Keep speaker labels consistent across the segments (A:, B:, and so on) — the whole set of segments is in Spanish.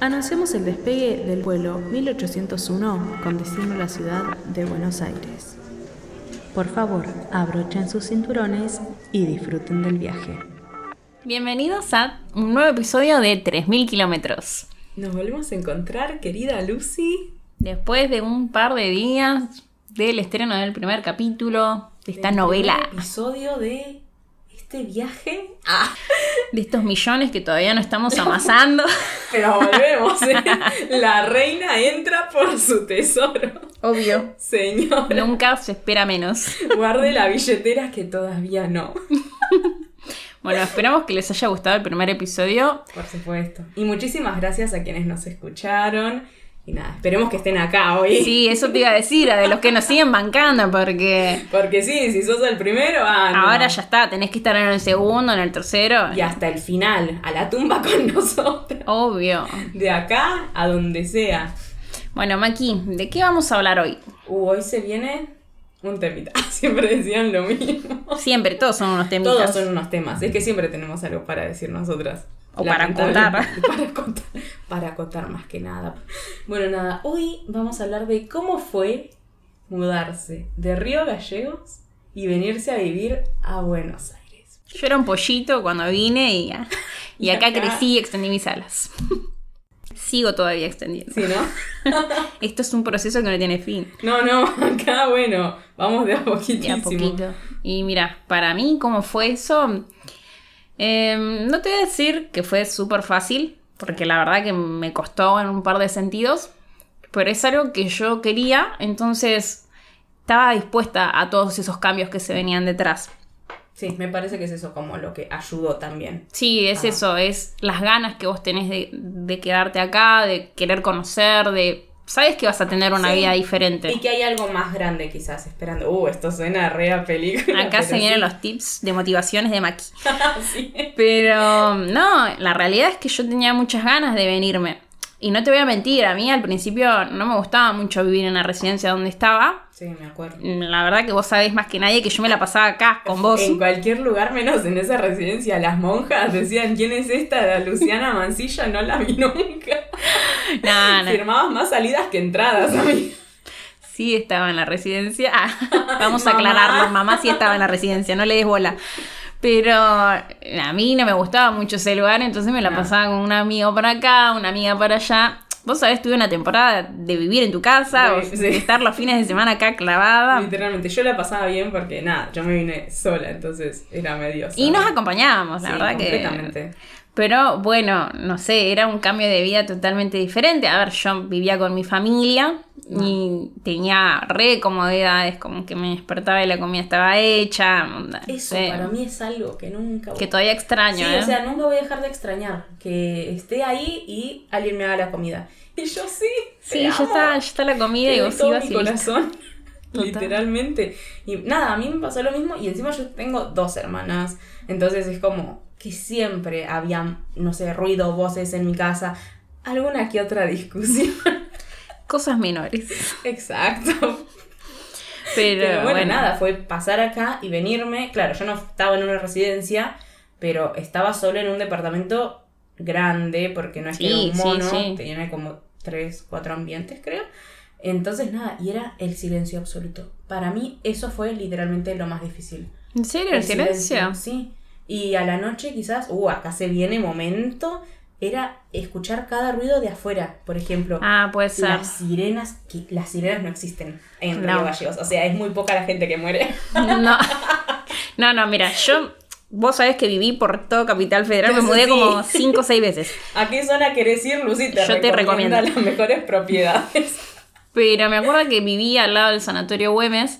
A: Anunciamos el despegue del vuelo 1801 con destino a la ciudad de Buenos Aires. Por favor, abrochen sus cinturones y disfruten del viaje.
B: Bienvenidos a un nuevo episodio de 3000 kilómetros.
A: Nos volvemos a encontrar, querida Lucy.
B: Después de un par de días del estreno del primer capítulo de esta
A: Del
B: novela,
A: primer Episodio de este viaje. Ah,
B: de estos millones que todavía no estamos amasando.
A: pero volvemos. ¿eh? La reina entra por su tesoro.
B: Obvio.
A: Señor,
B: Nunca se espera menos.
A: guarde la billetera que todavía no.
B: Bueno, esperamos que les haya gustado el primer episodio.
A: Por supuesto. Y muchísimas gracias a quienes nos escucharon. Y nada, esperemos que estén acá hoy.
B: Sí, eso te iba a decir, a de los que nos siguen bancando, porque
A: Porque sí, si sos el primero, ah, no.
B: ahora ya está, tenés que estar en el segundo, en el tercero.
A: Y hasta el final, a la tumba con nosotros.
B: Obvio.
A: De acá a donde sea.
B: Bueno, Maki, ¿de qué vamos a hablar hoy?
A: Uh, hoy se viene un temita. Siempre decían lo mismo.
B: Siempre, todos son unos temitas.
A: Oh. Todos son unos temas. Es que siempre tenemos algo para decir nosotras.
B: O para
A: Lamentablemente, Para contar. Para acotar más que nada. Bueno, nada. Hoy vamos a hablar de cómo fue mudarse de Río Gallegos y venirse a vivir a Buenos Aires.
B: Yo era un pollito cuando vine y, y
A: Y
B: acá,
A: acá.
B: crecí y extendí mis alas. Sigo todavía extendiendo.
A: ¿Sí, no?
B: Esto es un proceso que no tiene fin.
A: No, no. Acá, bueno, vamos de a
B: De a
A: poquitísimo.
B: poquito. Y mira, para mí, ¿cómo fue eso? Em, no te voy a decir que fue súper fácil, porque la verdad que me costó en un par de sentidos, pero es algo que yo quería, entonces estaba dispuesta a todos esos cambios que se venían detrás.
A: Sí, me parece que es eso como lo que ayudó también.
B: Sí, es
A: Ah.
B: eso, es las ganas que vos tenés de, de quedarte acá, de querer conocer, de... Sabes que vas a tener una
A: Sí.
B: vida diferente.
A: Y que hay algo más grande quizás esperando. Uh, esto suena re a película.
B: Acá se
A: pero
B: vienen los tips de motivaciones de Maki.
A: sí. Sí.
B: Pero no, la realidad es que yo tenía muchas ganas de venirme. Y no te voy a mentir, a mí al principio no me gustaba mucho vivir en la residencia donde estaba.
A: Sí, me acuerdo.
B: La verdad que vos sabés más que nadie que yo me la pasaba acá con vos.
A: En cualquier lugar, menos en esa residencia, las monjas decían, ¿quién es esta? La Luciana Mancilla no la vi nunca.
B: No, no.
A: Firmabas más salidas que entradas,
B: Ah.
A: amiga.
B: Sí estaba en la residencia. Ah, vamos a
A: Mamá.
B: aclararlo, mamá sí estaba en la residencia, no le des bola. Pero eh, a mí no me gustaba mucho ese lugar, entonces me la
A: No.
B: pasaba con un amigo para acá, una amiga para allá. Vos sabés, tuve una temporada de vivir en tu casa,
A: Sí,
B: o
A: sí.
B: de estar los fines de semana acá clavada.
A: Literalmente, yo la pasaba bien porque nada, yo me vine sola, entonces era medio.
B: Y nos acompañábamos, la
A: Sí,
B: verdad que.
A: completamente.
B: Pero bueno, no sé, era un cambio de vida totalmente diferente. A ver, yo vivía con mi familia y tenía re comodidades, como que me despertaba y la comida estaba hecha. onda, no
A: Eso
B: sé,
A: para mí es algo que nunca...
B: Que todavía extraño,
A: Sí,
B: ¿eh?
A: o sea, nunca voy a dejar de extrañar que esté ahí y alguien me haga la comida. Y yo sí.
B: sí,
A: te
B: ya
A: amo.
B: está, ya está la comida y
A: Tiene
B: vos
A: todo
B: ibas
A: mi
B: y listo.
A: corazón.
B: Total.
A: Literalmente. Y nada, a mí me pasó lo mismo y encima yo tengo dos hermanas. Entonces es como que siempre había, no sé, ruido, voces en mi casa, alguna que otra discusión.
B: Cosas menores.
A: Exacto.
B: Pero,
A: Pero bueno,
B: bueno,
A: nada, fue pasar acá y venirme. Claro, yo no estaba en una residencia, pero estaba sola en un departamento grande, porque no es que era
B: Sí,
A: un
B: sí,
A: mono,
B: sí.
A: tenía como tres, cuatro ambientes, creo. Entonces, nada, y era el silencio absoluto. Para mí, eso fue literalmente lo más difícil.
B: ¿En serio? ¿En silencio?
A: Sí. Y a la noche, quizás, uh, acá se viene momento, era escuchar cada ruido de afuera, por ejemplo.
B: Ah, puede ser.
A: Las sirenas, que- las sirenas no existen en
B: No.
A: Río Gallegos. O sea, es muy poca la gente que muere.
B: No. No, no, mira, yo. Vos sabés que viví por todo Capital Federal, me
A: Eso
B: mudé
A: sí.
B: como cinco o seis veces.
A: ¿A qué zona querés ir, Lucy? Te
B: Yo te
A: recomienda
B: recomiendo.
A: las mejores propiedades.
B: Pero me acuerdo que vivía al lado del sanatorio Güemes.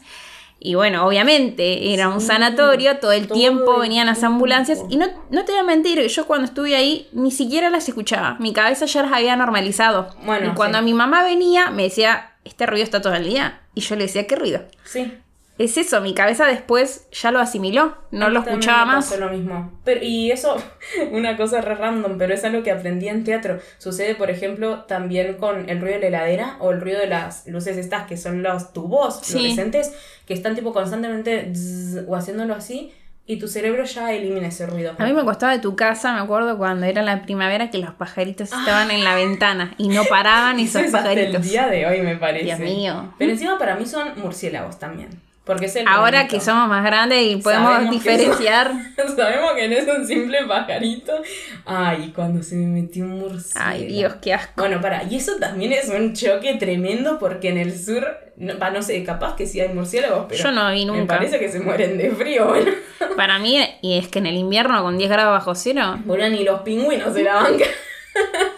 B: Y bueno, obviamente era un
A: Sí,
B: sanatorio, todo el
A: todo
B: tiempo
A: el
B: venían las
A: tiempo.
B: ambulancias. Y no, no te voy a mentir, yo cuando estuve ahí ni siquiera las escuchaba. Mi cabeza ya las había normalizado.
A: Bueno,
B: y cuando
A: sí.
B: mi mamá venía, me decía, este ruido está todo el día. Y yo le decía, ¿qué ruido?
A: Sí.
B: Es eso, mi cabeza después ya lo asimiló,
A: A
B: no
A: mí
B: lo
A: también
B: escuchaba
A: me pasó
B: más.
A: lo mismo. Pero, y eso, una cosa re random, pero es algo que aprendí en teatro. Sucede, por ejemplo, también con el ruido de la heladera o el ruido de las luces estas que son los tubos
B: Sí.
A: fluorescentes que están tipo constantemente zzz, o haciéndolo así. y tu cerebro ya elimina ese ruido.
B: A mí me costaba de tu casa, me acuerdo cuando era la primavera que los pajaritos estaban en la ventana y no paraban
A: Eso
B: esos
A: Ah. es hasta el
B: pajaritos.
A: día de hoy, me parece.
B: Dios mío.
A: Pero encima para mí son murciélagos también. Porque es el
B: Ahora
A: bonito.
B: que somos más grandes y podemos
A: Sabemos que
B: diferenciar.
A: Sabemos que no es un simple pajarito. Ay, cuando se me metió un murciélago.
B: Ay, Dios, qué asco.
A: Bueno, para, y eso también es un choque tremendo porque en el sur, no, va, no sé, capaz que sí hay murciélagos, pero
B: Yo no vi
A: me
B: nunca.
A: parece que se mueren de frío, bueno.
B: Para mí, y es que en el invierno con 10 grados bajo cero,
A: Bueno, ni los pingüinos de la banca.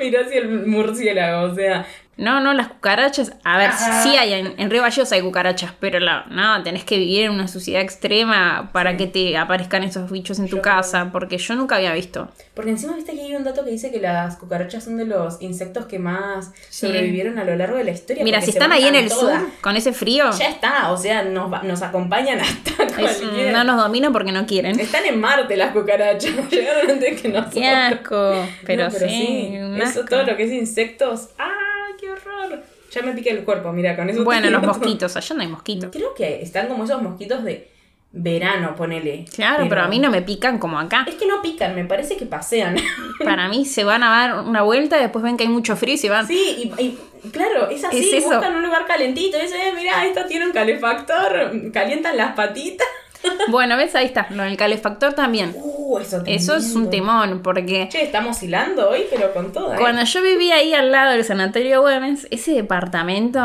A: Mirá si el murciélago, o sea,
B: No, no, las cucarachas. A ver,
A: Ah.
B: sí hay, en, en Río Gallegos hay cucarachas, pero la, no, tenés que vivir en una suciedad extrema para que te aparezcan esos bichos en tu
A: Yo
B: casa, porque yo nunca había visto.
A: Porque encima viste que hay un dato que dice que las cucarachas son de los insectos que más
B: Sí.
A: sobrevivieron a lo largo de la historia.
B: Mira,
A: porque
B: si
A: se
B: están ahí en
A: matan
B: el
A: todas.
B: sur, con ese frío,
A: Ya está, o sea, nos, va- nos acompañan hasta
B: es-
A: cualquier...
B: no nos dominan porque no quieren.
A: Están en Marte las cucarachas, llegaron antes que nosotros.
B: Qué asco. Pero,
A: No,
B: sí, un
A: eso
B: asco.
A: todo lo que es insectos. ¡Ah, qué horror! Ya me piqué el cuerpo, mira, con eso.
B: Bueno,
A: te
B: los
A: digo todo.
B: mosquitos, allá no hay mosquitos.
A: Creo que están como esos mosquitos de verano, ponele.
B: Claro, pero a mí no me pican como acá.
A: Es que no pican, me parece que pasean.
B: Para mí se van a dar una vuelta, después ven que hay mucho frío y se van.
A: Sí, y, y claro, es así,
B: Es eso. Ah.
A: buscan un lugar calentito, y dicen, eh, mirá, esto tiene un calefactor, calientan las patitas.
B: Bueno, ves, ahí está. Lo del calefactor también.
A: Uh, eso
B: Eso es un
A: tremendo.
B: temón, porque
A: Che, estamos hilando hoy, pero con toda. ¿eh?
B: cuando yo vivía ahí al lado del Sanatorio Güemes, ese departamento,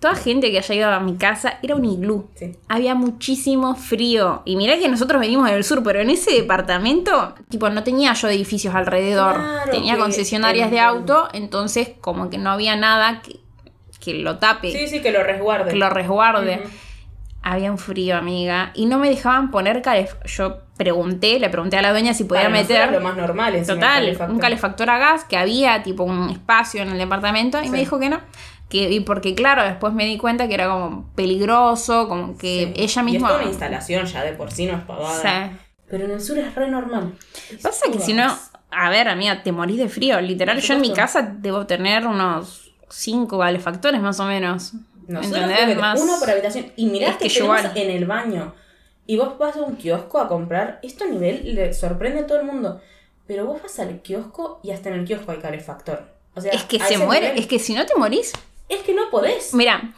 B: toda gente que haya ido a mi casa era un iglú.
A: Sí.
B: Había muchísimo frío. Y mirá que nosotros venimos del sur, pero en ese departamento, tipo, no tenía yo edificios alrededor.
A: Claro,
B: tenía
A: que-
B: concesionarias de
A: el-
B: auto, entonces como que no había nada que, que lo tape,
A: Sí, sí, que lo resguarden.
B: que lo resguarde.
A: Ujú.
B: Había un frío, amiga, y no me dejaban poner calef... Yo pregunté, le pregunté a la dueña si podía
A: Para nosotros
B: meter...
A: lo más normal encima, el
B: Total,
A: calefactor.
B: un calefactor a gas que había, tipo un espacio en el departamento, y
A: Sí.
B: me dijo que no. Que, y porque, claro, después me di cuenta que era como peligroso, como que
A: Sí.
B: ella
A: Y es
B: misma.
A: toda una instalación ya de por sí no es pavada.
B: Sí.
A: Pero en el sur es re normal. Es
B: Pasa que
A: todas.
B: si no. A ver, amiga, te morís de frío. Literal,
A: Por
B: yo en mi
A: supuesto.
B: casa debo tener unos cinco calefactores más o menos.
A: Nosotros
B: ¿Entendés?
A: creo que
B: Más-
A: uno por habitación. Y mirá
B: es
A: que,
B: que yo
A: tenemos
B: igual.
A: en el baño. Y vos vas a un kiosco a comprar. Esto a nivel le sorprende a todo el mundo. Pero vos vas al kiosco y hasta en el kiosco hay calefactor. O sea,
B: Es que
A: a
B: se
A: ese
B: muere,
A: nivel.
B: es que si no te morís.
A: Es que no podés.
B: Mira,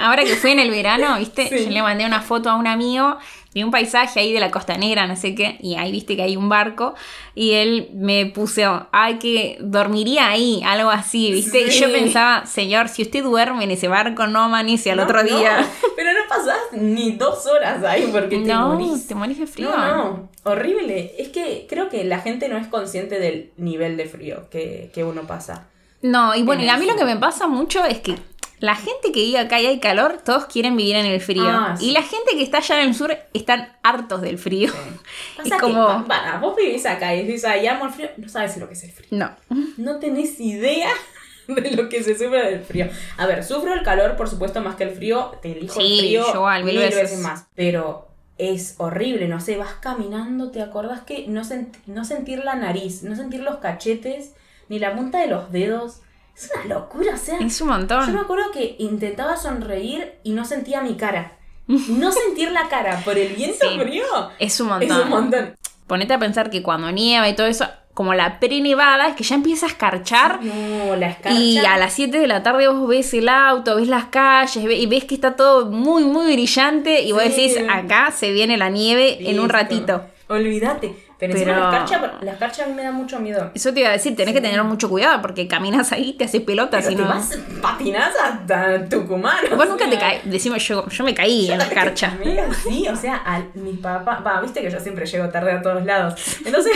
B: ahora que fui en el verano, ¿viste?
A: Sí.
B: Yo le mandé una foto a un amigo de un paisaje ahí de la costanera, no sé qué, y ahí viste que hay un barco, y él me puso, ay, que dormiría ahí, algo así, ¿viste? Y yo
A: Sí.
B: pensaba, señor, si usted duerme en ese barco, no amanece al
A: No,
B: otro
A: no.
B: día.
A: Pero no pasás ni dos horas ahí porque te
B: No,
A: morís.
B: te morís de frío.
A: No, no, horrible. Es que creo que la gente no es consciente del nivel de frío que, que uno pasa.
B: No, y bueno, y a mí
A: Eso.
B: lo que me pasa mucho es que la gente que vive acá y hay calor, todos quieren vivir en el frío.
A: Ah, sí.
B: Y la gente que está allá en el sur están hartos del frío.
A: Pasa
B: Y
A: que,
B: como-
A: pa- para, vos vivís acá y decís, ay, amo el frío, no sabes lo que es el frío.
B: No.
A: No tenés idea de lo que se sufre del frío. A ver, sufro el calor, por supuesto, más que el frío. Te elijo
B: Sí,
A: el frío
B: yo igual, mil veces.
A: más. Pero es horrible, no sé, vas caminando, te acordás que no, sent- no sentir la nariz, no sentir los cachetes, ni la punta de los dedos. Es una locura, o sea.
B: Es un montón.
A: Yo me acuerdo que intentaba sonreír y no sentía mi cara. No sentir la cara por el viento
B: Sí.
A: frío
B: Es un
A: es
B: montón.
A: un montón.
B: Ponete a pensar que cuando nieva y todo eso, como la pre-nevada, es que ya empieza a escarchar.
A: No, la escarcha.
B: Y a las 7 de la tarde vos ves el auto, ves las calles ve- y ves que está todo muy, muy brillante. Y vos
A: Sí.
B: decís, acá se viene la nieve en un
A: Listo.
B: ratito.
A: Olvídate. Pero, encima
B: Pero-
A: la escarcha, la escarcha a mí me da mucho miedo.
B: Eso te iba a decir, tenés que tener mucho cuidado porque caminas ahí, te haces pelota.
A: Pero
B: Si
A: te
B: no...
A: vas patinás hasta Tucumán. o
B: Vos nunca
A: sea,
B: te caes. Decime, yo, yo me caí en la escarcha.
A: Mira, sí, o sea, al- mi papá, va, viste que yo siempre llego tarde a todos lados. Entonces,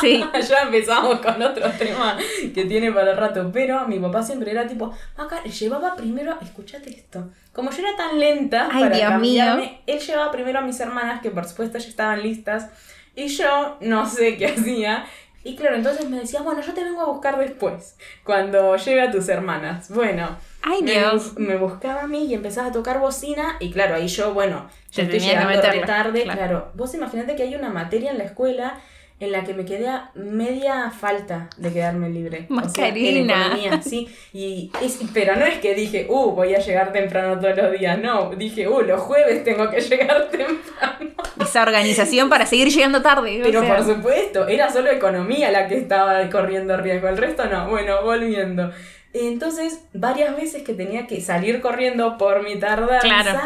B: Sí.
A: ya empezamos con otro tema que tiene para rato. Pero mi papá siempre era tipo, acá llevaba primero, escuchate esto. Como yo era tan lenta
B: Ay,
A: para
B: Dios mío.
A: cambiarme, él llevaba primero a mis hermanas, que por supuesto ya estaban listas, y yo no sé qué hacía. Y claro, entonces me decía, bueno, yo te vengo a buscar después, cuando lleve a tus hermanas. Bueno,
B: Ay,
A: me
B: Dios.
A: bus- Me, buscaba a mí y empezaba a tocar bocina. Y claro, ahí yo, bueno,
B: Te
A: yo estoy
B: tenía que
A: llegando re
B: meterla,
A: tarde.
B: claro.
A: Claro. vos imaginate que hay una materia en la escuela en la que me quedé a media falta de quedarme libre. O sea, en
B: Macarena.
A: economía, sí. Y es- pero no es que dije, uh, voy a llegar temprano todos los días. No, dije, uh, los jueves tengo que llegar temprano.
B: Y esa organización para seguir llegando tarde. o
A: Pero
B: sea.
A: por supuesto, era solo economía la que estaba corriendo riesgo, el resto no. Bueno, volviendo. Entonces, varias veces que tenía que salir corriendo por mi tardanza.
B: Claro.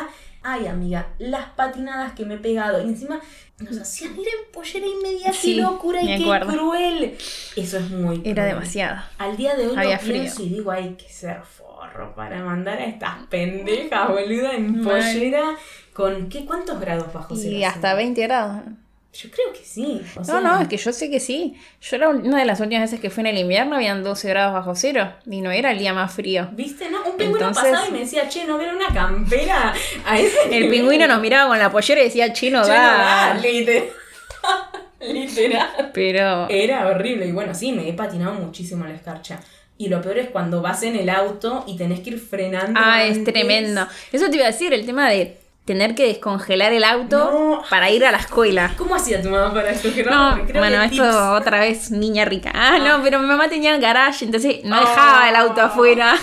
A: Ay, amiga, las patinadas que me he pegado. Y encima nos hacían ir en pollera inmediata.
B: Sí,
A: ¡Qué locura
B: me
A: y qué
B: acuerdo.
A: cruel! Eso es muy cruel.
B: Era demasiado.
A: Al día de hoy
B: Había
A: lo pienso y digo, hay que ser forro para mandar a estas pendejas, boluda, en
B: Mal.
A: pollera. ¿Con qué? ¿Cuántos grados bajo cero
B: Y
A: hacen?
B: hasta 20 grados.
A: Yo creo que sí. o
B: No,
A: sea,
B: no, es que yo sé que sí. Yo la, una de las últimas veces que fui en el invierno habían 12 grados bajo cero y no era el día más frío.
A: ¿Viste? No, un pingüino
B: Entonces-
A: pasaba y me decía, che, ¿no vieron una campera? A ese
B: El
A: nivel.
B: pingüino nos miraba con la pollera y decía, chino,
A: Che, no da,
B: da.
A: literal. Literal.
B: Pero
A: Era horrible. Y bueno, sí, me he patinado muchísimo en la escarcha. Y lo peor es cuando vas en el auto y tenés que ir frenando.
B: Ah, es
A: antes.
B: tremendo. Eso te iba a decir, el tema de tener que descongelar el auto
A: No.
B: para ir a la escuela.
A: ¿Cómo hacía tu mamá para esto?
B: No,
A: Gerardo? Creo
B: bueno,
A: que
B: esto
A: tips.
B: otra vez niña rica. Ah, no, pero mi mamá tenía garage, entonces no
A: Oh.
B: dejaba el auto afuera.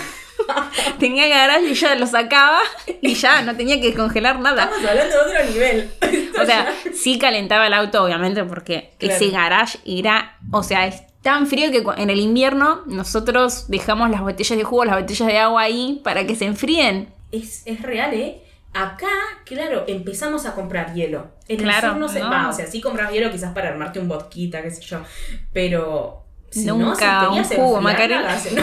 B: tenía garage y ya lo sacaba y ya no tenía que descongelar nada.
A: Estamos hablando de otro nivel.
B: O sea, sí calentaba el auto, obviamente, porque
A: Claro.
B: ese garage era, o sea, es tan frío que cu- en el invierno nosotros dejamos las botellas de jugo, las botellas de agua ahí para que se enfríen.
A: Es, es real, ¿eh? Acá, claro, empezamos a comprar hielo. En
B: Claro,
A: el sur no se
B: no.
A: va. O sea, sí compras hielo quizás para armarte un vodquita, qué sé yo. Pero. Si
B: Nunca
A: no, si
B: un
A: querías
B: jugo,
A: enfriar,
B: Macarena.
A: hagas- no.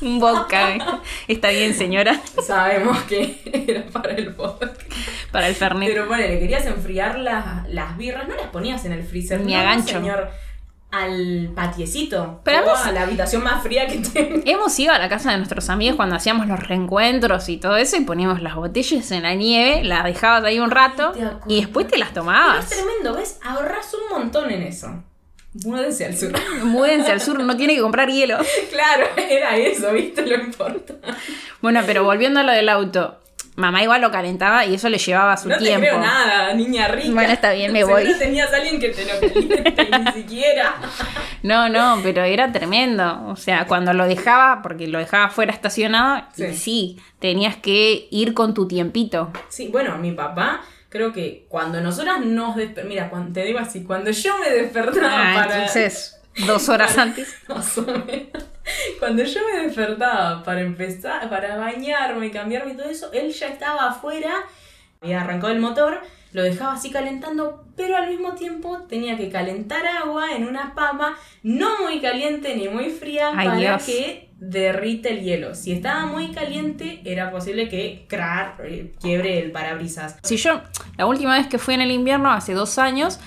B: Un vodka. eh. Está bien, señora,
A: Sabemos que era para el vodka.
B: para el fernet.
A: Pero bueno, le querías enfriar las, las birras, no las ponías en el freezer.
B: Ni
A: no,
B: a gancho.
A: señor. Al patiecito.
B: Pero
A: o
B: hemos-
A: a la habitación más fría que tengas.
B: Hemos ido a la casa de nuestros amigos cuando hacíamos los reencuentros y todo eso y poníamos las botellas en la nieve, las dejabas ahí un rato
A: Ay, te acordás.
B: y después te las
A: Pero Es
B: tomabas.
A: tremendo, ¿ves? Ahorras un montón en eso. Múdense al sur.
B: Múdense al sur, no tiene que comprar hielo.
A: claro, era eso, ¿viste? Lo importa.
B: Bueno, pero volviendo a lo del auto, mamá igual lo calentaba y eso le llevaba su
A: No te
B: tiempo.
A: creo nada, niña rica.
B: Bueno, está bien, me
A: Seguro
B: voy.
A: tenías a alguien que te lo caliente, ni siquiera.
B: No, no, pero era tremendo. O sea, cuando lo dejaba, porque lo dejaba fuera estacionado, y
A: Sí.
B: sí, tenías que ir con tu tiempito.
A: Sí, bueno, mi papá, creo que cuando nosotras nos despertamos. Mira, cuando, te digo así, cuando yo me despertaba
B: Ah,
A: para.
B: entonces, dos horas antes.
A: Más o menos. Cuando yo me despertaba para empezar, para bañarme, cambiarme y todo eso, él ya estaba afuera, había arrancado el motor, lo dejaba así calentando, pero al mismo tiempo tenía que calentar agua en una pava, no muy caliente ni muy fría,
B: Ay,
A: para
B: Dios.
A: que derrite el hielo. Si estaba muy caliente, era posible que crar, eh, quiebre el parabrisas.
B: Si yo, la última vez que fui en el invierno, hace dos años,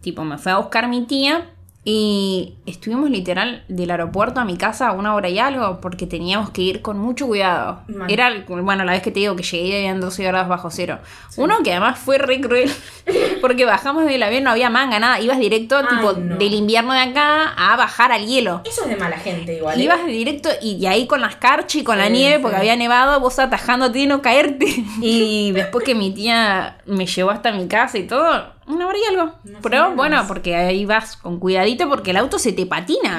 B: tipo, me fue a buscar mi tía y estuvimos literal del aeropuerto a mi casa una hora y algo porque teníamos que ir con mucho cuidado.
A: Mal.
B: Era, el- bueno, la vez que te digo que llegué habían 12 horas bajo cero. Uno que además fue re cruel porque bajamos del avión, no había manga, nada, ibas directo,
A: Ay,
B: tipo,
A: no.
B: del invierno de acá a bajar al hielo.
A: Eso es de mala gente igual. ¿eh?
B: Ibas directo y, y ahí con las escarcha y con la
A: Sí,
B: nieve
A: sí.
B: porque había nevado, vos atajándote y no caerte. Y después que mi tía me llevó hasta mi casa y todo, una hora y algo.
A: Más o
B: Pero
A: menos.
B: bueno, porque ahí vas con cuidadito porque el auto se te patina,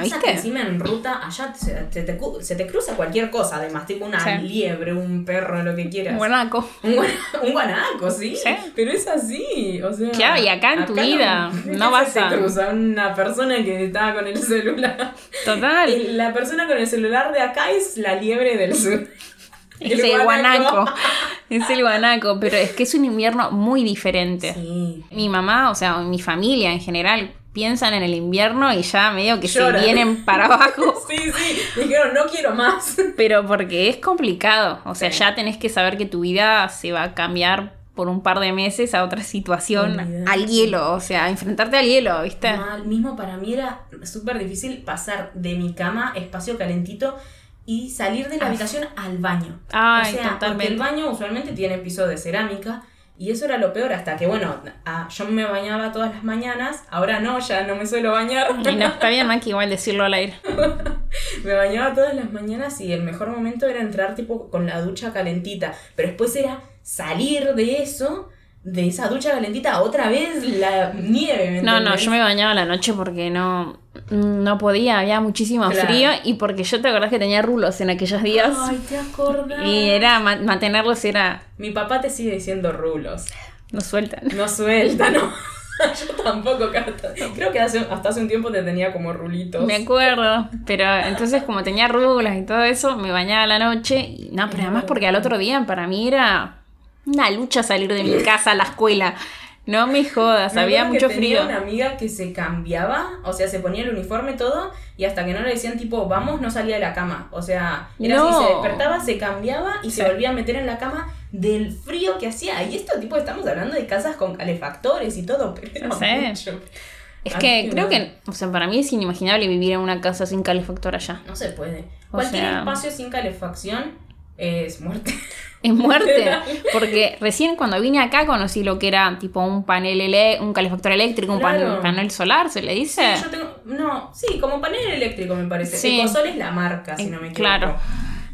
A: Pasa que
B: Ah, ¿viste?
A: encima en ruta, allá se se te, cu- se te cruza cualquier cosa, además, tipo una
B: Sí.
A: liebre, un perro, lo que quieras.
B: Guanaco.
A: Un, guana- un guanaco, ¿sí?
B: Sí.
A: Pero es así, o sea...
B: Claro, y acá en tu vida no
A: se
B: vas
A: te
B: a-
A: cruza una persona que estaba con el celular.
B: Total.
A: Y La persona con el celular de acá es la liebre del sur.
B: Es el guanaco. Es el guanaco. Pero es que es un invierno muy diferente.
A: Sí.
B: Mi mamá, o sea, mi familia en general, piensan en el invierno y ya medio que
A: Lloran.
B: se vienen para abajo.
A: Sí, sí, dijeron, no quiero más.
B: Pero porque es complicado. O sea, ya tenés que saber que tu vida se va a cambiar por un par de meses a otra situación.
A: Olvidate.
B: Al hielo, o sea, enfrentarte al hielo, ¿viste?
A: Mal, mismo para mí era súper difícil pasar de mi cama, espacio calentito, y salir de la
B: Ah.
A: habitación al baño.
B: Ay,
A: o sea, porque
B: totalmente.
A: el baño usualmente tiene piso de cerámica. Y eso era lo peor, hasta que bueno, ah, yo me bañaba todas las mañanas, ahora no, ya no me suelo bañar.
B: Y no está bien, Maki, igual decirlo al aire.
A: Me bañaba todas las mañanas y el mejor momento era entrar tipo con la ducha calentita. Pero después era salir de eso, de esa ducha calentita, a otra vez la nieve. ¿me
B: No, no,
A: entendés?
B: yo me bañaba a la noche porque no, no podía, había muchísimo
A: Claro.
B: frío y porque yo te acordás que tenía rulos en aquellos días.
A: Ay, te acordás.
B: y era ma- mantenerlos era.
A: Mi papá te sigue diciendo rulos.
B: Nos sueltan.
A: No suelta, no. Yo tampoco, Cata. Creo que hace- hasta hace un tiempo te tenía como rulitos.
B: Me acuerdo, pero entonces como tenía rúgulas y todo eso, me bañaba a la noche. Y, no, pero además porque al otro día para mí era una lucha salir de mi casa a la escuela. No me jodas,
A: Me
B: había
A: acuerdo que
B: mucho
A: tenía
B: frío.
A: una amiga que se cambiaba, o sea, se ponía el uniforme todo, y hasta que no le decían tipo, vamos, no salía de la cama. O sea, era
B: No.
A: así, se despertaba, se cambiaba y se volvía a meter en la cama del frío que hacía. Y esto, tipo, estamos hablando de casas con calefactores y todo, pero era
B: No sé.
A: mucho.
B: Es
A: Ay,
B: que
A: qué
B: creo
A: mal.
B: que, o sea, para mí es inimaginable vivir en una casa sin calefactor allá.
A: No se puede.
B: O
A: Cualquier
B: sea-
A: espacio sin calefacción es muerte.
B: Es muerte,
A: Literal.
B: porque recién cuando vine acá conocí lo que era tipo un panel, ele- un calefactor eléctrico, un pan-
A: Claro.
B: panel solar, se le dice.
A: Yo tengo- no, sí, como panel eléctrico me parece.
B: Eh. Sí.
A: Ecosol es la marca, si no me
B: Eh,
A: equivoco.
B: Claro.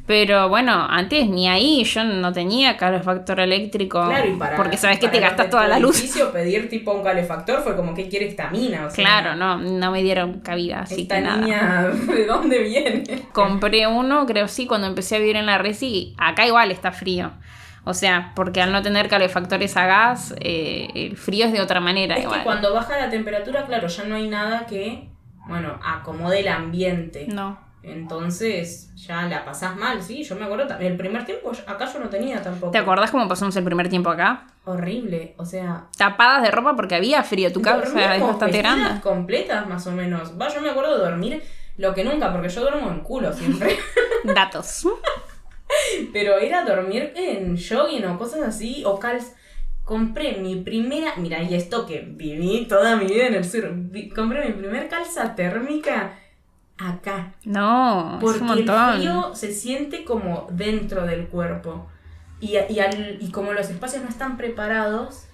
B: Pero bueno, antes ni ahí yo no tenía calefactor eléctrico.
A: Claro, y para.
B: porque sabes que
A: para
B: te
A: los
B: gastas
A: de
B: toda
A: tu
B: la luz.
A: edificio, pedir tipo un calefactor fue como que quiere esta mina. O sea,
B: Claro, no, no me dieron cabida, así
A: Esta
B: que nada.
A: niña, ¿de dónde viene?
B: Compré uno, creo sí, cuando empecé a vivir en la Resi. Acá igual está frío. O sea, porque al no tener calefactores a gas, eh, el frío es de otra manera
A: Es
B: igual.
A: que cuando baja la temperatura, claro, ya no hay nada que, bueno, acomode el ambiente.
B: No.
A: Entonces, ya la pasás mal, sí. Yo me acuerdo también. El primer tiempo, yo- acá yo no tenía tampoco.
B: ¿Te acordás cómo pasamos el primer tiempo acá?
A: Horrible, o sea.
B: Tapadas de ropa porque había frío. Tu casa es
A: dormíamos
B: bastante
A: vestidas
B: grande.
A: completas, más o menos. Va, yo me acuerdo de dormir lo que nunca, porque yo duermo en culo siempre.
B: Datos.
A: Pero era dormir en jogging o cosas así, o calz. Compré mi primera, mira, y esto que viví toda mi vida en el sur, vi- compré mi primer calza térmica acá.
B: No, Ah, es
A: Porque
B: un
A: el
B: montón.
A: frío se siente como dentro del cuerpo. Y, a- y, al- y como los espacios no están preparados,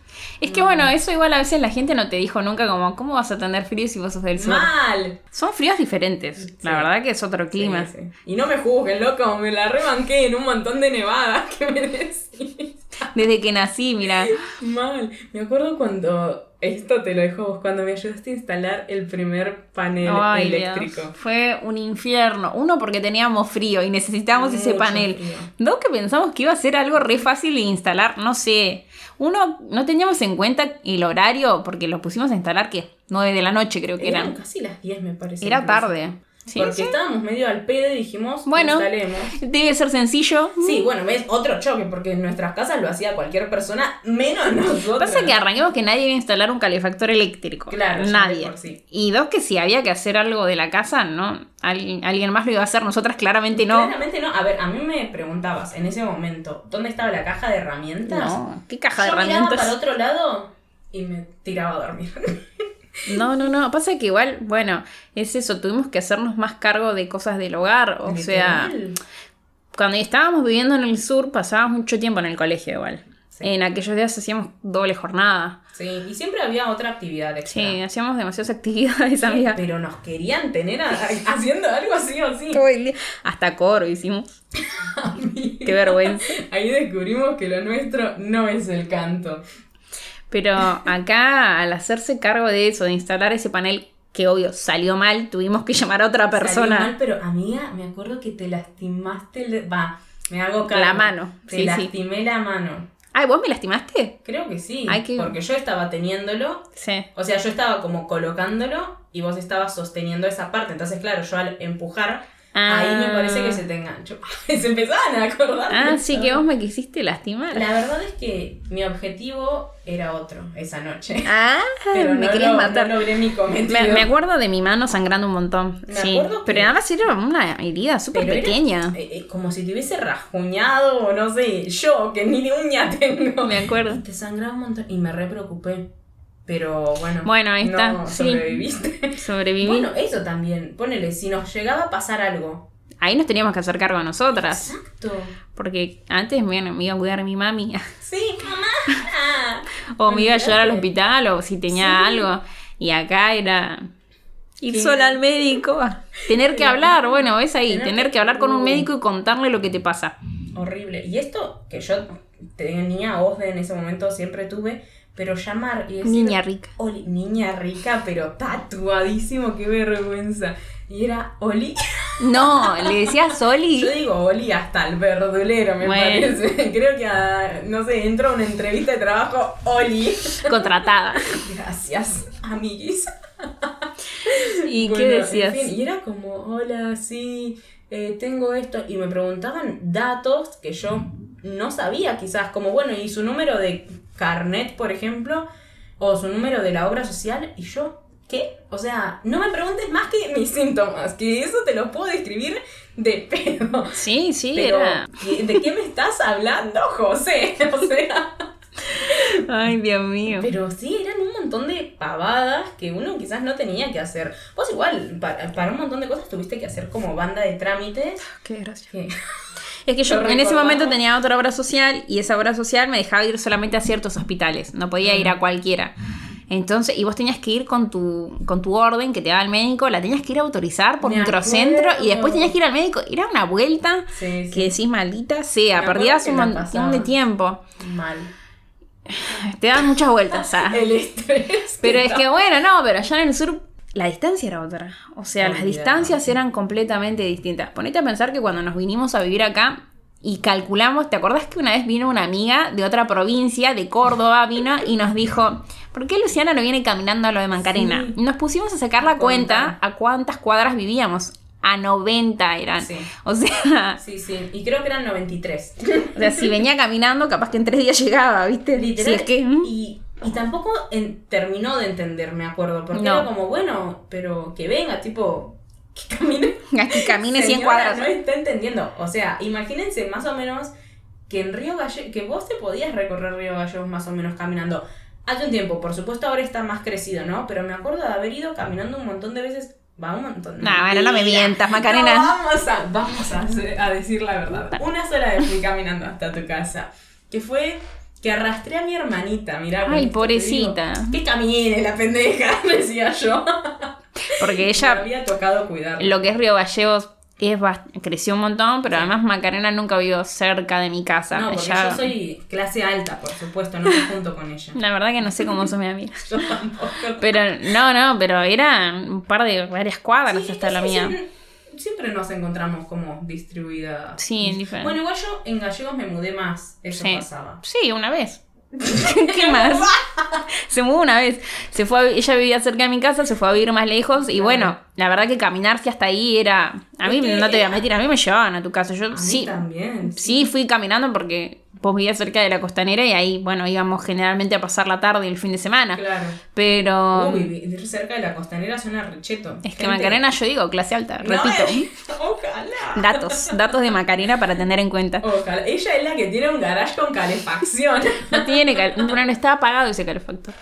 B: Es que bueno, eso igual a veces la gente no te dijo nunca como, ¿cómo vas a tener frío si vos sos del sur?
A: mal.
B: Son fríos diferentes, la
A: Sí.
B: verdad que es otro clima.
A: Sí, sí. Y no me juzguen, loco, me la rebanqué en un montón de nevadas que me decís.
B: Desde que nací, mira,
A: Mal, me acuerdo cuando, esto te lo dejo a vos, cuando me ayudaste a instalar el primer panel
B: ay, Dios,
A: eléctrico.
B: fue un infierno. Uno porque teníamos frío y necesitábamos ese
A: Mucho
B: panel.
A: frío.
B: Dos que pensamos que iba a ser algo re fácil de instalar, no sé. Uno, no teníamos en cuenta el horario porque lo pusimos a instalar que 9 de la noche creo que
A: Eran
B: eran.
A: casi las 10 me parece.
B: Era
A: incluso.
B: tarde. Sí,
A: Porque
B: sí.
A: estábamos medio al pedo y dijimos,
B: Bueno.
A: instalemos.
B: Debe ser sencillo.
A: Sí, bueno, ves, otro choque, porque en nuestras casas lo hacía cualquier persona, menos nosotros.
B: Pasa que arranquemos que nadie iba a instalar un calefactor eléctrico.
A: Claro, ya de
B: nadie.
A: por sí.
B: Y dos, que si había que hacer algo de la casa, no. Al- alguien más lo iba a hacer, nosotras claramente no.
A: Claramente no. A ver, a mí me preguntabas en ese momento, ¿dónde estaba la caja de herramientas?
B: No, qué caja de
A: Yo miraba para
B: herramientas.
A: otro lado y me tiraba a dormir.
B: No, no, no. Pasa que igual, bueno, es eso, tuvimos que hacernos más cargo de cosas del hogar. O sea,
A: Literal.
B: cuando estábamos viviendo en el sur, pasábamos mucho tiempo en el colegio igual.
A: Sí.
B: En aquellos días hacíamos doble jornada.
A: Sí, y siempre había otra actividad extra.
B: Sí, hacíamos demasiadas actividades, amiga.
A: Pero nos querían tener a- a- haciendo algo así o sí.
B: Todo el día. Hasta coro hicimos. Qué vergüenza.
A: Ahí descubrimos que lo nuestro no es el canto.
B: Pero acá, al hacerse cargo de eso, de instalar ese panel, que obvio salió mal, tuvimos que llamar a otra persona.
A: Salió mal, pero amiga, me acuerdo que te lastimaste. el- Va, me hago cargo.
B: La mano,
A: Te
B: sí, sí.
A: lastimé la mano.
B: Ay, ¿vos me lastimaste?
A: Creo que sí.
B: Ay, qué-
A: Porque yo estaba teniéndolo.
B: Sí.
A: O sea, yo estaba como colocándolo y vos estabas sosteniendo esa parte. Entonces, claro, yo al empujar,
B: Ah.
A: ahí me parece que se te enganchó. se empezaban a acordar. de
B: Ah, sí
A: eso.
B: que vos me quisiste lastimar.
A: La verdad es que mi objetivo era otro esa noche.
B: Ah,
A: Pero
B: me
A: no
B: querías
A: lo-
B: matar.
A: No logré mi cometido.
B: me, me acuerdo de mi mano sangrando un montón.
A: Me
B: sí.
A: acuerdo que-
B: Pero nada más era una herida súper
A: Pero era,
B: pequeña.
A: eh, eh, como si te hubiese rajuñado, o no sé, yo que ni de uña tengo.
B: Me acuerdo.
A: Y te sangraba un montón y me re preocupé. Pero bueno,
B: Bueno, ahí está,
A: no
B: sí.
A: sobreviviste.
B: Sobreviví.
A: Bueno, eso también, ponele, si nos llegaba a pasar algo.
B: Ahí nos teníamos que hacer cargo nosotras.
A: Exacto.
B: Porque antes me, iban- me iba a cuidar mi mami.
A: Sí, mamá. Ah.
B: O me iba a llevar al
A: Olvídate.
B: hospital o si tenía
A: Sí.
B: algo. Y acá era ir
A: Sí.
B: sola al médico. Tener que hablar, bueno, es ahí.
A: Tener
B: Tener
A: que-
B: que hablar con un
A: Uh.
B: médico y contarle lo que te pasa.
A: Horrible. Y esto que yo tenía voz de en ese momento, siempre tuve, pero llamar y decir.
B: Niña rica.
A: Oli, niña rica, pero tatuadísimo, qué vergüenza. Y era Oli.
B: No, le decía Soli.
A: Yo digo Oli hasta al verdulero, me
B: Bueno.
A: parece. Creo que, a- no sé, entró a una entrevista de trabajo Oli.
B: Contratada.
A: Gracias, amiguis.
B: ¿Y
A: Bueno,
B: qué
A: en
B: decías?
A: fin, y era como, hola, sí, eh, tengo esto. Y me preguntaban datos que yo no sabía, quizás, como, bueno, y su número de carnet, por ejemplo, o su número de la obra social, y yo. ¿Qué? O sea, no me preguntes más que mis síntomas, que eso te lo puedo describir de pedo.
B: Sí, sí,
A: Pero,
B: era.
A: ¿qué- ¿de qué me estás hablando, José? O sea,
B: Ay, Dios mío.
A: pero sí, eran un montón de pavadas que uno quizás no tenía que hacer. Vos igual, para, para un montón de cosas tuviste que hacer como banda de trámites.
B: Qué gracia.
A: que-
B: Es que yo
A: Lo
B: en ese
A: recordaba.
B: momento tenía otra obra social y esa obra social me dejaba ir solamente a ciertos hospitales, no podía
A: Mm.
B: ir a cualquiera. Entonces, y vos tenías que ir con tu, con tu orden que te daba el médico, la tenías que ir a autorizar por
A: Me
B: microcentro y después
A: acuerdo.
B: tenías que ir al médico. Era una vuelta
A: Sí, sí.
B: que decís maldita sea,
A: Me acuerdo
B: perdías
A: que
B: un
A: la
B: montón
A: pasaba.
B: de tiempo.
A: Mal.
B: Te daban muchas vueltas. ah.
A: El estrés.
B: Pero es que bueno, no, pero allá en el sur la distancia era otra. O sea, las
A: Olvidate.
B: distancias eran completamente distintas. Ponete a pensar que cuando nos vinimos a vivir acá y calculamos, ¿te acordás que una vez vino una amiga de otra provincia, de Córdoba, vino y nos dijo, ¿por qué Luciana no viene caminando a lo de Mancarena?
A: Sí.
B: Nos pusimos a sacar la cuenta
A: Cuenta.
B: a cuántas cuadras vivíamos. A 90 eran.
A: Sí.
B: O sea,
A: Sí, sí. Y creo que eran 93.
B: o sea, si venía caminando, capaz que en tres días llegaba, ¿viste?
A: Literal.
B: Si es que... mm,
A: y, y tampoco en- terminó de entender, me acuerdo. Porque
B: No.
A: era como, bueno, pero que venga, tipo, que camine.
B: que camine 100
A: Señora,
B: cuadras.
A: No está entendiendo. O sea, imagínense más o menos que en Río Gallegos, que vos te podías recorrer Río Gallegos más o menos caminando. Hace un tiempo, por supuesto, ahora está más crecido, ¿no? Pero me acuerdo de haber ido caminando un montón de veces. Va un montón.
B: No, bueno, no me
A: Mentira.
B: mientas, Macarena.
A: No, vamos a, vamos a, hacer- a decir la verdad. Una sola vez fui caminando hasta tu casa. Que fue que arrastré a mi hermanita, mirá. con esto te
B: Ay,
A: digo.
B: pobrecita.
A: Que camine la pendeja, decía yo.
B: Porque
A: Me
B: ella
A: había tocado cuidarla.
B: lo que es Río Gallegos es bast- creció un montón, pero además Macarena nunca vivió cerca de mi casa.
A: No, porque
B: Ella-
A: yo soy clase alta, por supuesto, no me junto con ella.
B: La verdad que no sé cómo son mis amigas.
A: Yo tampoco.
B: Pero no, no, pero era un par de varias cuadras
A: Sí,
B: hasta la
A: sí,
B: mía.
A: Siempre, siempre nos encontramos como distribuidas.
B: Sí, en diferente.
A: Bueno, igual yo en gallegos me mudé más, eso
B: Sí.
A: pasaba.
B: Sí, una vez. ¿Qué más? Se mudó una vez. Se fue a vi- ella vivía cerca de mi casa, se fue a vivir más lejos y bueno, la verdad que caminarse hasta ahí era... A mí,
A: Es que- eh,
B: no te voy a mentir, a mí me llevaban a tu casa. Yo
A: A mí
B: sí,
A: también.
B: Sí, fui caminando porque vos vivías cerca de la costanera y ahí, bueno, íbamos generalmente a pasar la tarde y el fin de semana.
A: Claro.
B: Pero
A: Uy, vivir cerca de la costanera suena recheto.
B: Um, es que
A: Gente-
B: Macarena, yo digo, clase alta,
A: No,
B: repito.
A: eh, ojalá.
B: Datos, datos de Macarena para tener en cuenta.
A: Ojalá. Ella es la que tiene un garage con calefacción.
B: No tiene cal- bueno, no estaba apagado ese calefactor.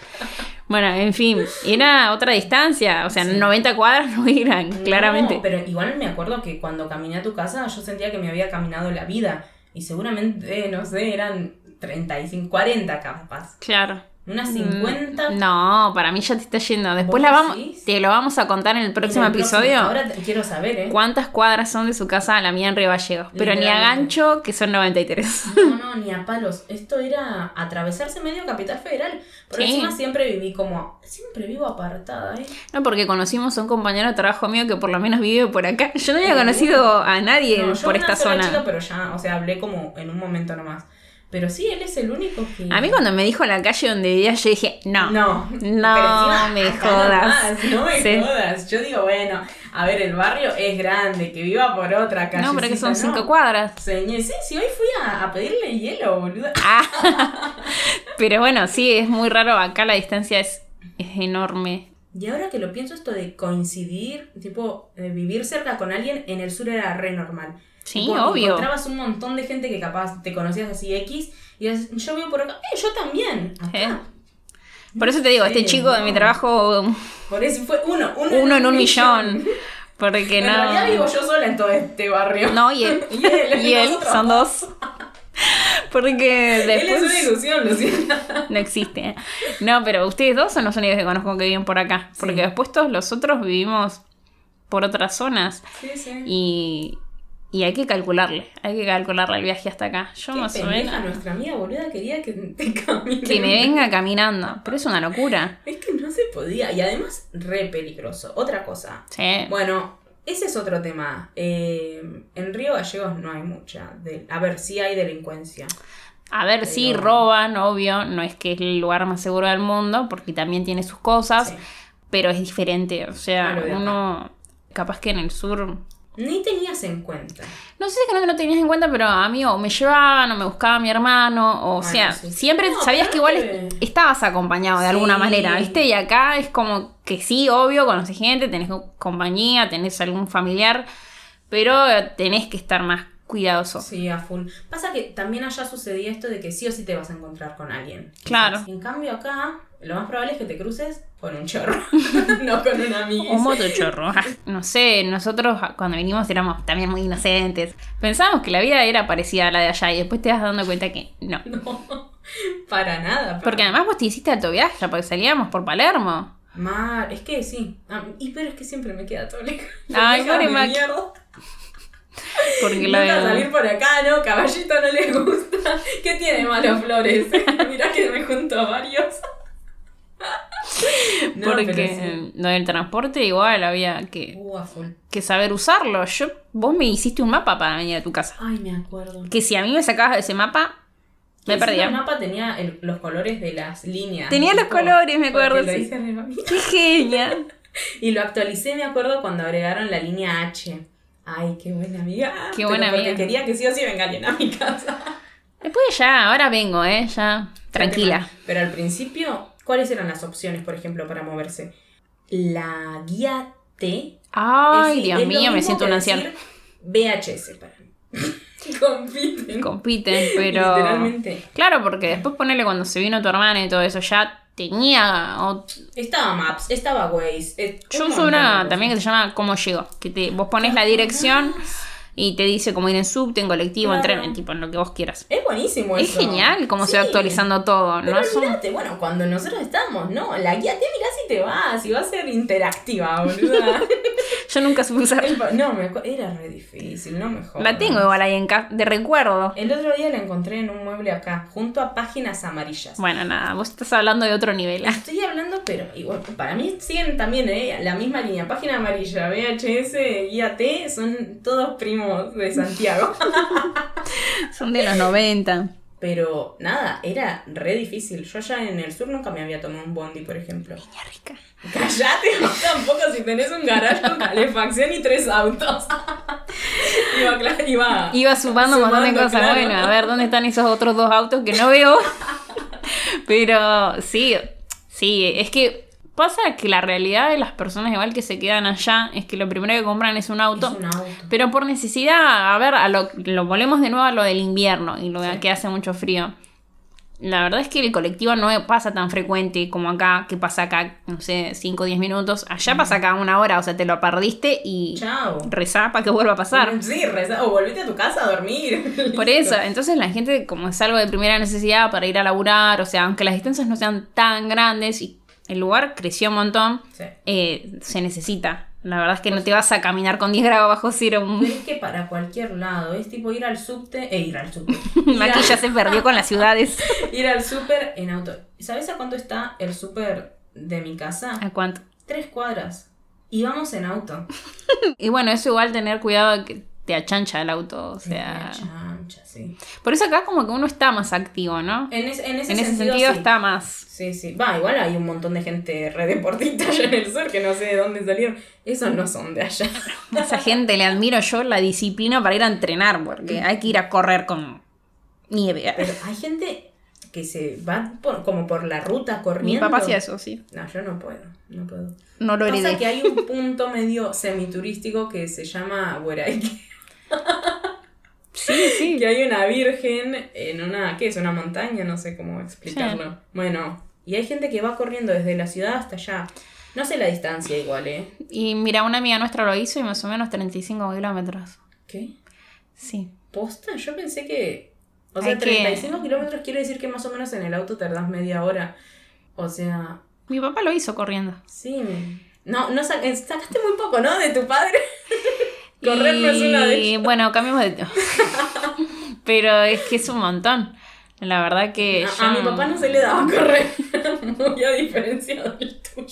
B: Bueno, en fin, era otra distancia, o sea, 90 cuadras no eran, claramente.
A: No, pero igual me acuerdo que cuando caminé a tu casa yo sentía que me había caminado la vida. Y seguramente, eh, no sé, eran 35, 40 capaz.
B: Claro.
A: Unas
B: Mm,
A: 50. en el
B: No, para mí ya te está yendo.
A: ¿Vos
B: Después la vamos,
A: decís?
B: te lo vamos a contar en el próximo episodio.
A: Ahora te- quiero saber, ¿eh?
B: ¿Cuántas cuadras son de su casa a la mía en Río Gallegos? Pero ni a
A: Literalmente.
B: gancho, que son 93.
A: No, no, ni a palos. Esto era atravesarse medio Capital Federal. Por
B: Sí.
A: encima siempre viví como. Siempre vivo apartada, ¿eh?
B: No, porque conocimos a un compañero de trabajo mío que por lo menos vive por acá. Yo no había conocido a nadie
A: Eh, No, yo
B: por
A: una
B: esta
A: sola
B: zona.
A: chica, pero ya, o sea, hablé como en un momento nomás. Pero sí, él es el único que.
B: A mí cuando me dijo la calle donde vivía, yo dije, no.
A: No,
B: No
A: Pero encima,
B: me
A: acá
B: jodas.
A: nomás, no me
B: Sí.
A: jodas. Yo digo, bueno, a ver, el barrio es grande, que viva por otra calle.
B: No, pero que son cinco cuadras.
A: Señor, sí, sí, hoy fui a, a pedirle hielo, boluda.
B: Ah. pero bueno, sí, es muy raro. Acá la distancia es, es enorme.
A: Y ahora que lo pienso, esto de coincidir, tipo, eh, vivir cerca con alguien en el sur era re normal.
B: Sí,
A: Tipo,
B: obvio.
A: Encontrabas un montón de gente que capaz te conocías así X y dices, yo vivo por acá, eh, yo también. Acá.
B: ¿Eh? Por eso te digo, este
A: Sí,
B: chico de mi
A: no.
B: trabajo,
A: Por eso fue uno, uno,
B: uno en un millón. Porque
A: En
B: no.
A: realidad vivo yo sola en todo este barrio.
B: No, y él.
A: Y él,
B: y él,
A: nosotros.
B: son dos. Porque
A: Él es una
B: después
A: ilusión, Luciana.
B: no existe. No, pero ustedes dos son los únicos que conozco que viven por acá. Porque
A: Sí.
B: después todos los otros vivimos por otras zonas.
A: Sí, sí.
B: Y, y hay que calcularle. Hay que calcularle el viaje hasta acá. Yo
A: Qué
B: más o
A: pendeja,
B: menos.
A: nuestra amiga boluda quería que te camine.
B: Que me venga caminando. Pero es una locura.
A: Es que no se podía. Y además, re peligroso. Otra cosa.
B: Sí.
A: Bueno, Ese es otro tema. Eh, en Río Gallegos no hay mucha. de- a ver, sí hay delincuencia.
B: A ver, sí,
A: Pero-
B: roban, obvio, no es que es el lugar más seguro del mundo, porque también tiene sus cosas,
A: Sí.
B: pero es diferente, o sea,
A: A lo de acá.
B: uno, capaz que en el sur,
A: Ni tenías en cuenta.
B: no sé si es que no te lo tenías en cuenta, pero a mí o me llevaban o me buscaba mi hermano, o
A: Bueno,
B: sea,
A: sí.
B: siempre
A: No,
B: sabías
A: pero
B: que igual
A: no
B: es-
A: te-
B: estabas acompañado de alguna
A: Sí.
B: manera, ¿viste? Y acá es como que sí, obvio, conoces gente, tenés compañía, tenés algún familiar, pero tenés que estar más cuidadoso.
A: Sí, a full. Pasa que también allá sucedía esto de que sí o sí te vas a encontrar con alguien.
B: Claro.
A: En cambio acá, lo más probable es que te cruces con un chorro, no con un amigo.
B: O motochorro. ah, No sé, nosotros cuando vinimos éramos también muy inocentes. Pensábamos que la vida era parecida a la de allá y después te vas dando cuenta que no.
A: No, para nada. para-
B: Porque además vos te hiciste alto viaje, porque salíamos por Palermo.
A: Mar, es que sí. Ah, y pero es que siempre me queda todo lejos.
B: Ay,
A: Pendeja
B: pobre
A: de
B: Mac.
A: mierda.
B: Porque
A: Nunca salir
B: la
A: por acá, ¿no? Caballito no le gusta. ¿Qué tiene malo Flores? Mirá que me junto a varios. No, pero sí.
B: porque eh, lo del transporte igual había que,
A: Uh, a full.
B: que saber usarlo. Yo, vos me hiciste un mapa para venir a tu casa.
A: Ay, me acuerdo.
B: Que si a mí me sacabas de ese mapa, me
A: Encima
B: perdía.
A: El mapa tenía el- los colores de las líneas.
B: Tenía los
A: Tipo,
B: colores, me acuerdo,
A: porque lo
B: sí.
A: hice en el mapita.
B: ¡Qué genia!
A: Y lo actualicé, me acuerdo, cuando agregaron la línea H. Ay, qué buena amiga.
B: Qué
A: Pero
B: buena
A: porque
B: amiga.
A: quería que sí o sí venga alguien a mi casa.
B: Después ya, ahora vengo, ¿eh? Ya, tranquila.
A: Pero al principio, ¿cuáles eran las opciones, por ejemplo, para moverse? La guía T.
B: Ay,
A: Es-
B: Dios
A: es lo
B: mío, me
A: mismo
B: siento
A: que
B: una
A: decir
B: anciana.
A: VHS para mí. Compiten.
B: compiten, pero.
A: Literalmente.
B: Claro, porque después ponele cuando se vino tu hermana y todo eso, ya tenía. ot-
A: Estaba Maps, estaba Waze. eh,
B: Yo
A: un
B: uso
A: montón de
B: una
A: cosas.
B: también que se llama ¿Cómo llego? Que te, vos pones
A: Ah,
B: la dirección y te dice cómo ir en subte, en colectivo, en
A: Claro.
B: tren, en tipo, en lo que vos quieras.
A: Es buenísimo
B: Es
A: eso.
B: genial cómo se va
A: Sí.
B: actualizando todo,
A: Pero
B: ¿no? Es un-
A: olvídate, bueno, cuando nosotros estamos, no, la guía te mirás y te vas, y va a ser interactiva, boluda.
B: Yo nunca supe usarla.
A: El pa- no, me acu- era re difícil, no me jodas.
B: La tengo igual ahí en ca- de recuerdo.
A: El otro día la encontré en un mueble acá, junto a páginas amarillas.
B: Bueno, nada, vos estás hablando de otro nivel.
A: Estoy hablando, pero igual, para mí siguen también, ¿eh? La misma línea, página amarilla, VHS, guía T, son todos primos de Santiago.
B: Son de los 90.
A: Pero nada, era re difícil. Yo ya en el sur nunca me había tomado un bondi, por ejemplo.
B: Niña rica.
A: Callate vos tampoco si tenés un garage con calefacción y tres autos. iba, cla- iba.
B: Iba sumando un montón de
A: Sumando,
B: cosas.
A: claro.
B: Bueno, a ver dónde están esos otros dos autos que no veo. Pero sí, sí, es que pasa que la realidad de las personas igual que se quedan allá es que lo primero que compran es un
A: Es
B: auto.
A: un auto.
B: Pero por necesidad, a ver, a lo, lo volvemos de nuevo a lo del invierno y lo de
A: Sí.
B: que hace mucho frío. La verdad es que el colectivo no pasa tan frecuente como acá, que pasa acá, no sé, 5 o 10 minutos. Allá pasa acá una hora, o sea, te lo perdiste y
A: Chao.
B: rezá para que vuelva a pasar.
A: Sí, reza. O volvete a tu casa a dormir.
B: Por
A: Listo.
B: eso, entonces la gente como es algo de primera necesidad para ir a laburar, o sea, aunque las distancias no sean tan grandes y el lugar creció un montón,
A: Sí.
B: eh, se necesita. La verdad es que no te vas a caminar con 10 grados bajo cero.
A: Pero es que para cualquier lado, es tipo ir al subte, eh, ir al subte. ir,
B: Maki ya se perdió con las ciudades.
A: al- ir al súper en auto. ¿Sabes a cuánto está el súper de mi casa?
B: ¿A cuánto?
A: Tres cuadras. Y vamos en auto.
B: Y bueno, eso igual tener cuidado de que te achancha el auto, o sea...
A: Chancha, sí.
B: Por eso acá como que uno está más activo, ¿no?
A: En, es- en ese
B: En ese
A: sentido,
B: sentido
A: sí.
B: está más...
A: Sí, sí. Va, igual hay un montón de gente re deportista allá en el sur que no sé de dónde salieron. Esos no son de allá.
B: A esa gente le admiro yo la disciplina para ir a entrenar, porque hay que ir a correr con nieve.
A: Pero hay gente que se va por- como por la ruta
B: Mi
A: corriendo.
B: papá hacía eso, sí.
A: No, yo no puedo, no puedo.
B: No lo
A: Pasa
B: heredé.
A: que hay un punto medio semiturístico que se llama Hueraique.
B: Sí,
A: Que
B: sí.
A: hay una virgen en una, ¿qué es? Una montaña, no sé cómo explicarlo. Bueno, y hay gente que va corriendo desde la ciudad hasta allá. No sé la distancia igual, ¿eh?
B: Y mira, una amiga nuestra lo hizo y más o menos 35 kilómetros.
A: ¿Qué?
B: Sí.
A: ¿Posta? Yo pensé que. O
B: Hay
A: sea,
B: que-
A: 35 kilómetros quiere decir que más o menos en el auto tardás media hora. O sea,
B: Mi papá lo hizo corriendo.
A: sí. No, no sa- eh, sacaste muy poco, ¿no? De tu padre. Correr no es una de
B: Y eh,
A: ellas.
B: bueno, cambiamos de tema. Pero es que es un montón. La verdad que
A: A,
B: yo
A: a mi
B: no-
A: papá no se le daba correr. Muy a diferencia del tuyo.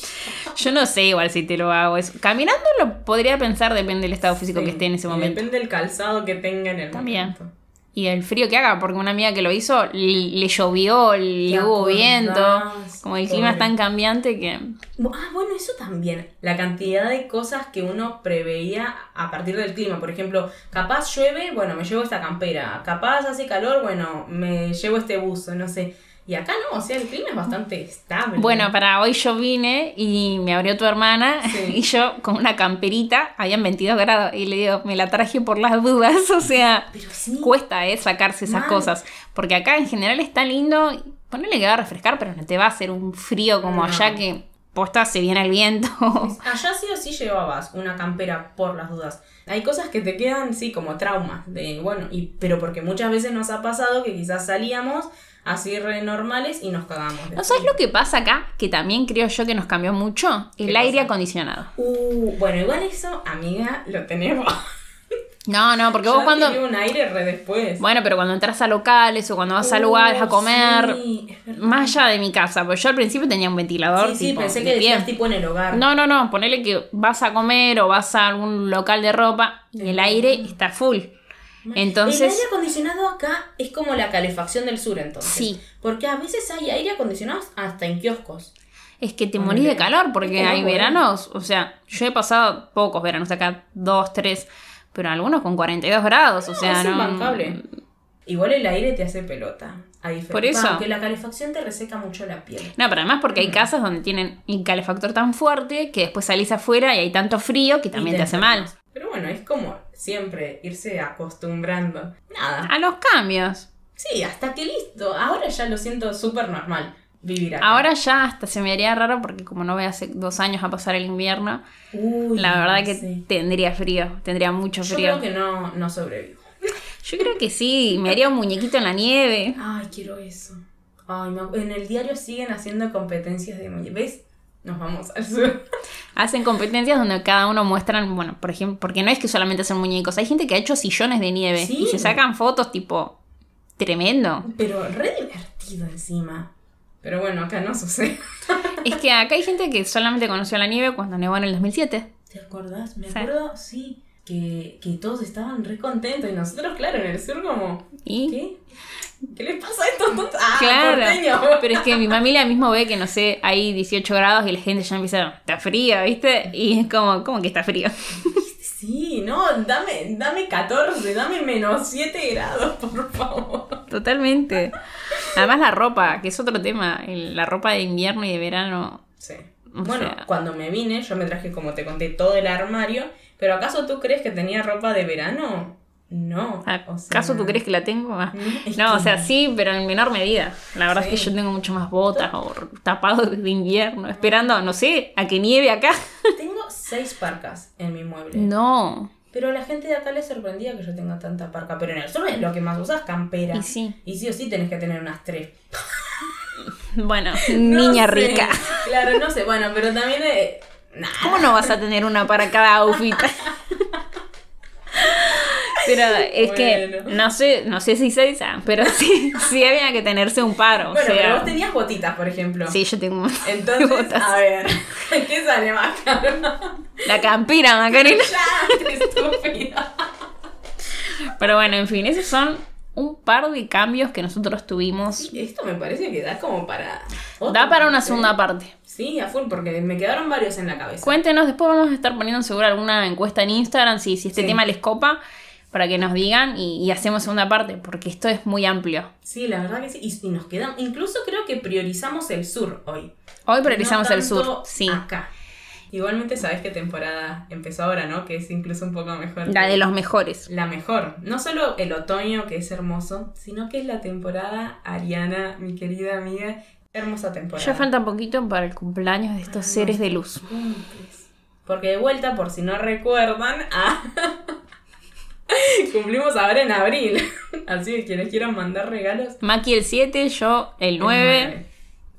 B: Yo no sé igual si te lo hago. eso. Caminando lo podría pensar, depende del estado físico que
A: Sí,
B: esté en ese
A: y
B: momento.
A: Depende del calzado que tenga en el
B: También.
A: momento.
B: Y el frío que haga, porque una amiga que lo hizo le, le llovió, le
A: Te
B: hubo
A: acordás,
B: viento. Como el clima es
A: pobre.
B: tan cambiante que.
A: Bu- Ah, bueno, eso también. La cantidad de cosas que uno preveía a partir del clima. Por ejemplo, capaz llueve, bueno, me llevo esta campera. Capaz hace calor, bueno, me llevo este buzo, no sé. Y acá no, o sea, el clima es bastante estable.
B: Bueno, para hoy yo vine y me abrió tu hermana
A: Sí.
B: y yo con una camperita, habían 22 grados y le digo, me la traje por las dudas, o sea,
A: Pero sí.
B: cuesta eh, sacarse esas
A: Mal.
B: cosas, porque acá en general está lindo, ponele que va a refrescar, pero no te va a hacer un frío como
A: No.
B: allá que posta se viene el viento.
A: Allá sí o sí llevabas una campera por las dudas. Hay cosas que te quedan, sí, como traumas. De, bueno, y, pero porque muchas veces nos ha pasado que quizás salíamos así re normales y nos cagamos. de
B: ¿No sabes
A: frío.
B: lo que pasa acá? Que también creo yo que nos cambió mucho el
A: ¿Qué
B: aire
A: pasa?
B: acondicionado.
A: Uh, bueno, igual eso, amiga, lo tenemos.
B: No, no, porque
A: Yo
B: vos cuando...
A: tenía un aire re después.
B: Bueno, pero cuando entras a locales o cuando vas a
A: Uh,
B: lugares a comer,
A: Sí, es verdad.
B: Más allá de mi casa, porque yo al principio tenía un ventilador.
A: sí, sí,
B: tipo,
A: pensé
B: de
A: que
B: pie.
A: decías tipo en el hogar.
B: No, no, no, ponele que vas a comer o vas a algún local de ropa y el aire está full.
A: El
B: Entonces,
A: aire acondicionado acá es como la calefacción del sur, entonces.
B: Sí.
A: Porque a veces hay aire acondicionado hasta en kioscos.
B: es que te
A: Ponele.
B: morís de calor porque
A: Es ¿eh? que
B: hay
A: no, bueno.
B: veranos, o sea, yo he pasado pocos veranos acá, dos, tres, pero algunos con 42 grados, o sea,
A: es
B: no... mm.
A: imbancable. Igual el aire te hace pelota. A diferencia.
B: Por eso.
A: Aunque la calefacción te reseca mucho la piel.
B: No, pero además porque
A: Mm.
B: hay casas donde tienen el calefactor tan fuerte que después salís afuera y hay tanto frío que
A: Y
B: también te hace mal.
A: enfermas. Pero bueno, es como siempre irse acostumbrando. Nada.
B: A los cambios.
A: Sí, hasta que listo. Ahora ya lo siento súper normal vivir acá.
B: Ahora ya hasta se me haría raro porque como no voy hace dos años a pasar el invierno,
A: Uy,
B: la verdad
A: no
B: que
A: sé.
B: tendría frío, tendría mucho
A: Yo
B: frío.
A: creo que no, no sobrevivo.
B: Yo creo que sí, me haría un muñequito en la nieve.
A: Ay, quiero eso. Ay, me acu- en el diario siguen haciendo competencias de muñe- ¿Ves? Nos vamos al sur.
B: Hacen competencias donde cada uno muestran, bueno, por ejemplo, porque no es que solamente hacen muñecos, hay gente que ha hecho sillones de nieve
A: Sí.
B: y se sacan fotos tipo tremendo.
A: Pero re divertido encima. Pero bueno, acá no sucede.
B: es que acá hay gente que solamente conoció la nieve cuando nevó en el 2007.
A: ¿Te acordás? Me
B: Sí.
A: acuerdo, sí, que, que todos estaban re contentos. Y nosotros, claro, en el sur como...
B: Y
A: ¿Qué? ¿Qué les pasa a estos tontos? ¡Ah,
B: Claro,
A: porteño!
B: pero es que mi familia mismo ve que, no sé, hay 18 grados y la gente ya empieza, está frío, ¿viste? Y es como, ¿cómo que está frío?
A: Sí, no, dame, dame 14, dame menos 7 grados, por favor.
B: Totalmente. Además la ropa, que es otro tema, el- la ropa de invierno y de verano.
A: Sí.
B: O
A: bueno,
B: sea-
A: cuando me vine, yo me traje, como te conté, todo el armario. Pero ¿acaso tú crees que tenía ropa de verano? No. o sea,
B: ¿Acaso tú crees que la tengo? Ah.
A: no, es
B: No, o
A: que
B: sea,
A: no.
B: sí, pero en menor medida. La verdad es que
A: Sí.
B: yo tengo mucho más botas o tapados de invierno, esperando, no sé, a que nieve acá.
A: Tengo seis parcas en mi mueble.
B: No.
A: Pero a la gente de acá le sorprendía que yo tenga tanta parca. Pero en el sur es lo que más usas, campera.
B: Y sí.
A: Y sí o sí tenés que tener unas tres.
B: Bueno,
A: No
B: niña
A: sé.
B: rica.
A: Claro, no sé. Bueno, pero también... eh, nada.
B: ¿Cómo no vas a tener una para cada outfit? Pero es que
A: Bueno.
B: no sé, no sé si seis, ah, pero sí, sí había que tenerse un par. O
A: Bueno,
B: sea,
A: pero vos tenías botitas, por ejemplo.
B: Sí, yo tengo un-
A: Entonces,
B: botas.
A: a ver, ¿qué sale más caro?
B: la campera, Macarena.
A: ¡Ya! ¡Qué estúpida!
B: Pero bueno, en fin, esos son un par de cambios que nosotros tuvimos.
A: Esto me parece que da como para.
B: Da para una
A: ¿eh?
B: segunda parte.
A: Sí, a full, porque me quedaron varios en la cabeza.
B: Cuéntenos, después vamos a estar poniendo seguro alguna encuesta en Instagram si, si este
A: Sí.
B: tema les copa, para que nos digan y, y hacemos segunda parte, porque esto es muy amplio.
A: Sí, la verdad que sí. Y, y nos quedan. Incluso creo que priorizamos el sur hoy.
B: Hoy priorizamos
A: No
B: el sur,
A: tanto
B: sí.
A: Acá. Igualmente, sabes qué temporada empezó ahora, ¿no? Que es incluso un poco mejor.
B: La
A: que-
B: de los mejores.
A: La mejor. No solo el otoño, que es hermoso, sino que es la temporada Ariana, mi querida amiga. Hermosa temporada.
B: Ya falta poquito para el cumpleaños de estos seres de luz.
A: Cumples. Porque de vuelta, por si no recuerdan, ah, cumplimos ahora en abril. Así que quienes quieran mandar regalos.
B: Maki el 7, yo el 9.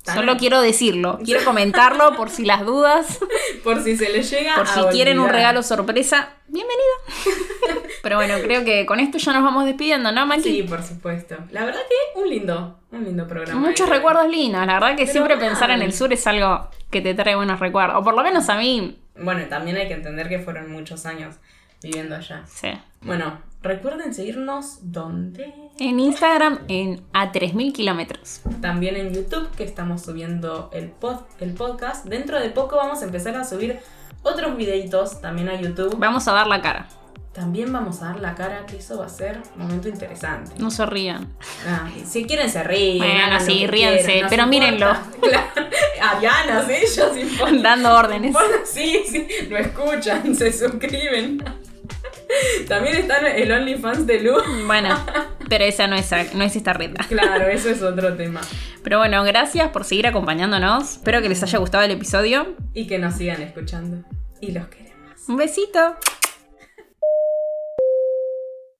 A: Tan-
B: Solo quiero decirlo, quiero comentarlo por si las dudas.
A: Por si se les llega
B: Por
A: a
B: si quieren un
A: olvidar.
B: regalo sorpresa, bienvenido. Pero bueno, creo que con esto ya nos vamos despidiendo, ¿no, Maki?
A: Sí, por supuesto. La verdad que un lindo, un lindo programa.
B: Muchos
A: Creo.
B: recuerdos lindos. La verdad que
A: Pero
B: siempre
A: mal.
B: pensar en el sur es algo que te trae buenos recuerdos. O por lo menos a mí.
A: Bueno, también hay que entender que fueron muchos años viviendo allá.
B: Sí.
A: Bueno, recuerden seguirnos donde.
B: En Instagram, en a 3000 kilómetros.
A: También en YouTube, que estamos subiendo el, pod- el podcast. Dentro de poco vamos a empezar a subir otros videitos también a YouTube.
B: Vamos a dar la cara.
A: También vamos a dar la cara, que eso va a ser un momento interesante.
B: No se rían.
A: Ah, si quieren se ríen.
B: Bueno,
A: hagan lo
B: sí,
A: que
B: ríanse,
A: quieran, nos
B: pero mírenlo.
A: Claro. Ariana, sí, ellos importan.
B: Dando órdenes.
A: Sí, sí, lo escuchan, se suscriben. También están el OnlyFans de Lu.
B: Bueno, pero esa no es, no es esta reta.
A: Claro, eso es otro tema.
B: Pero bueno, gracias por seguir acompañándonos. Espero que les haya gustado el episodio.
A: Y que nos sigan escuchando. Y los queremos.
B: Un besito.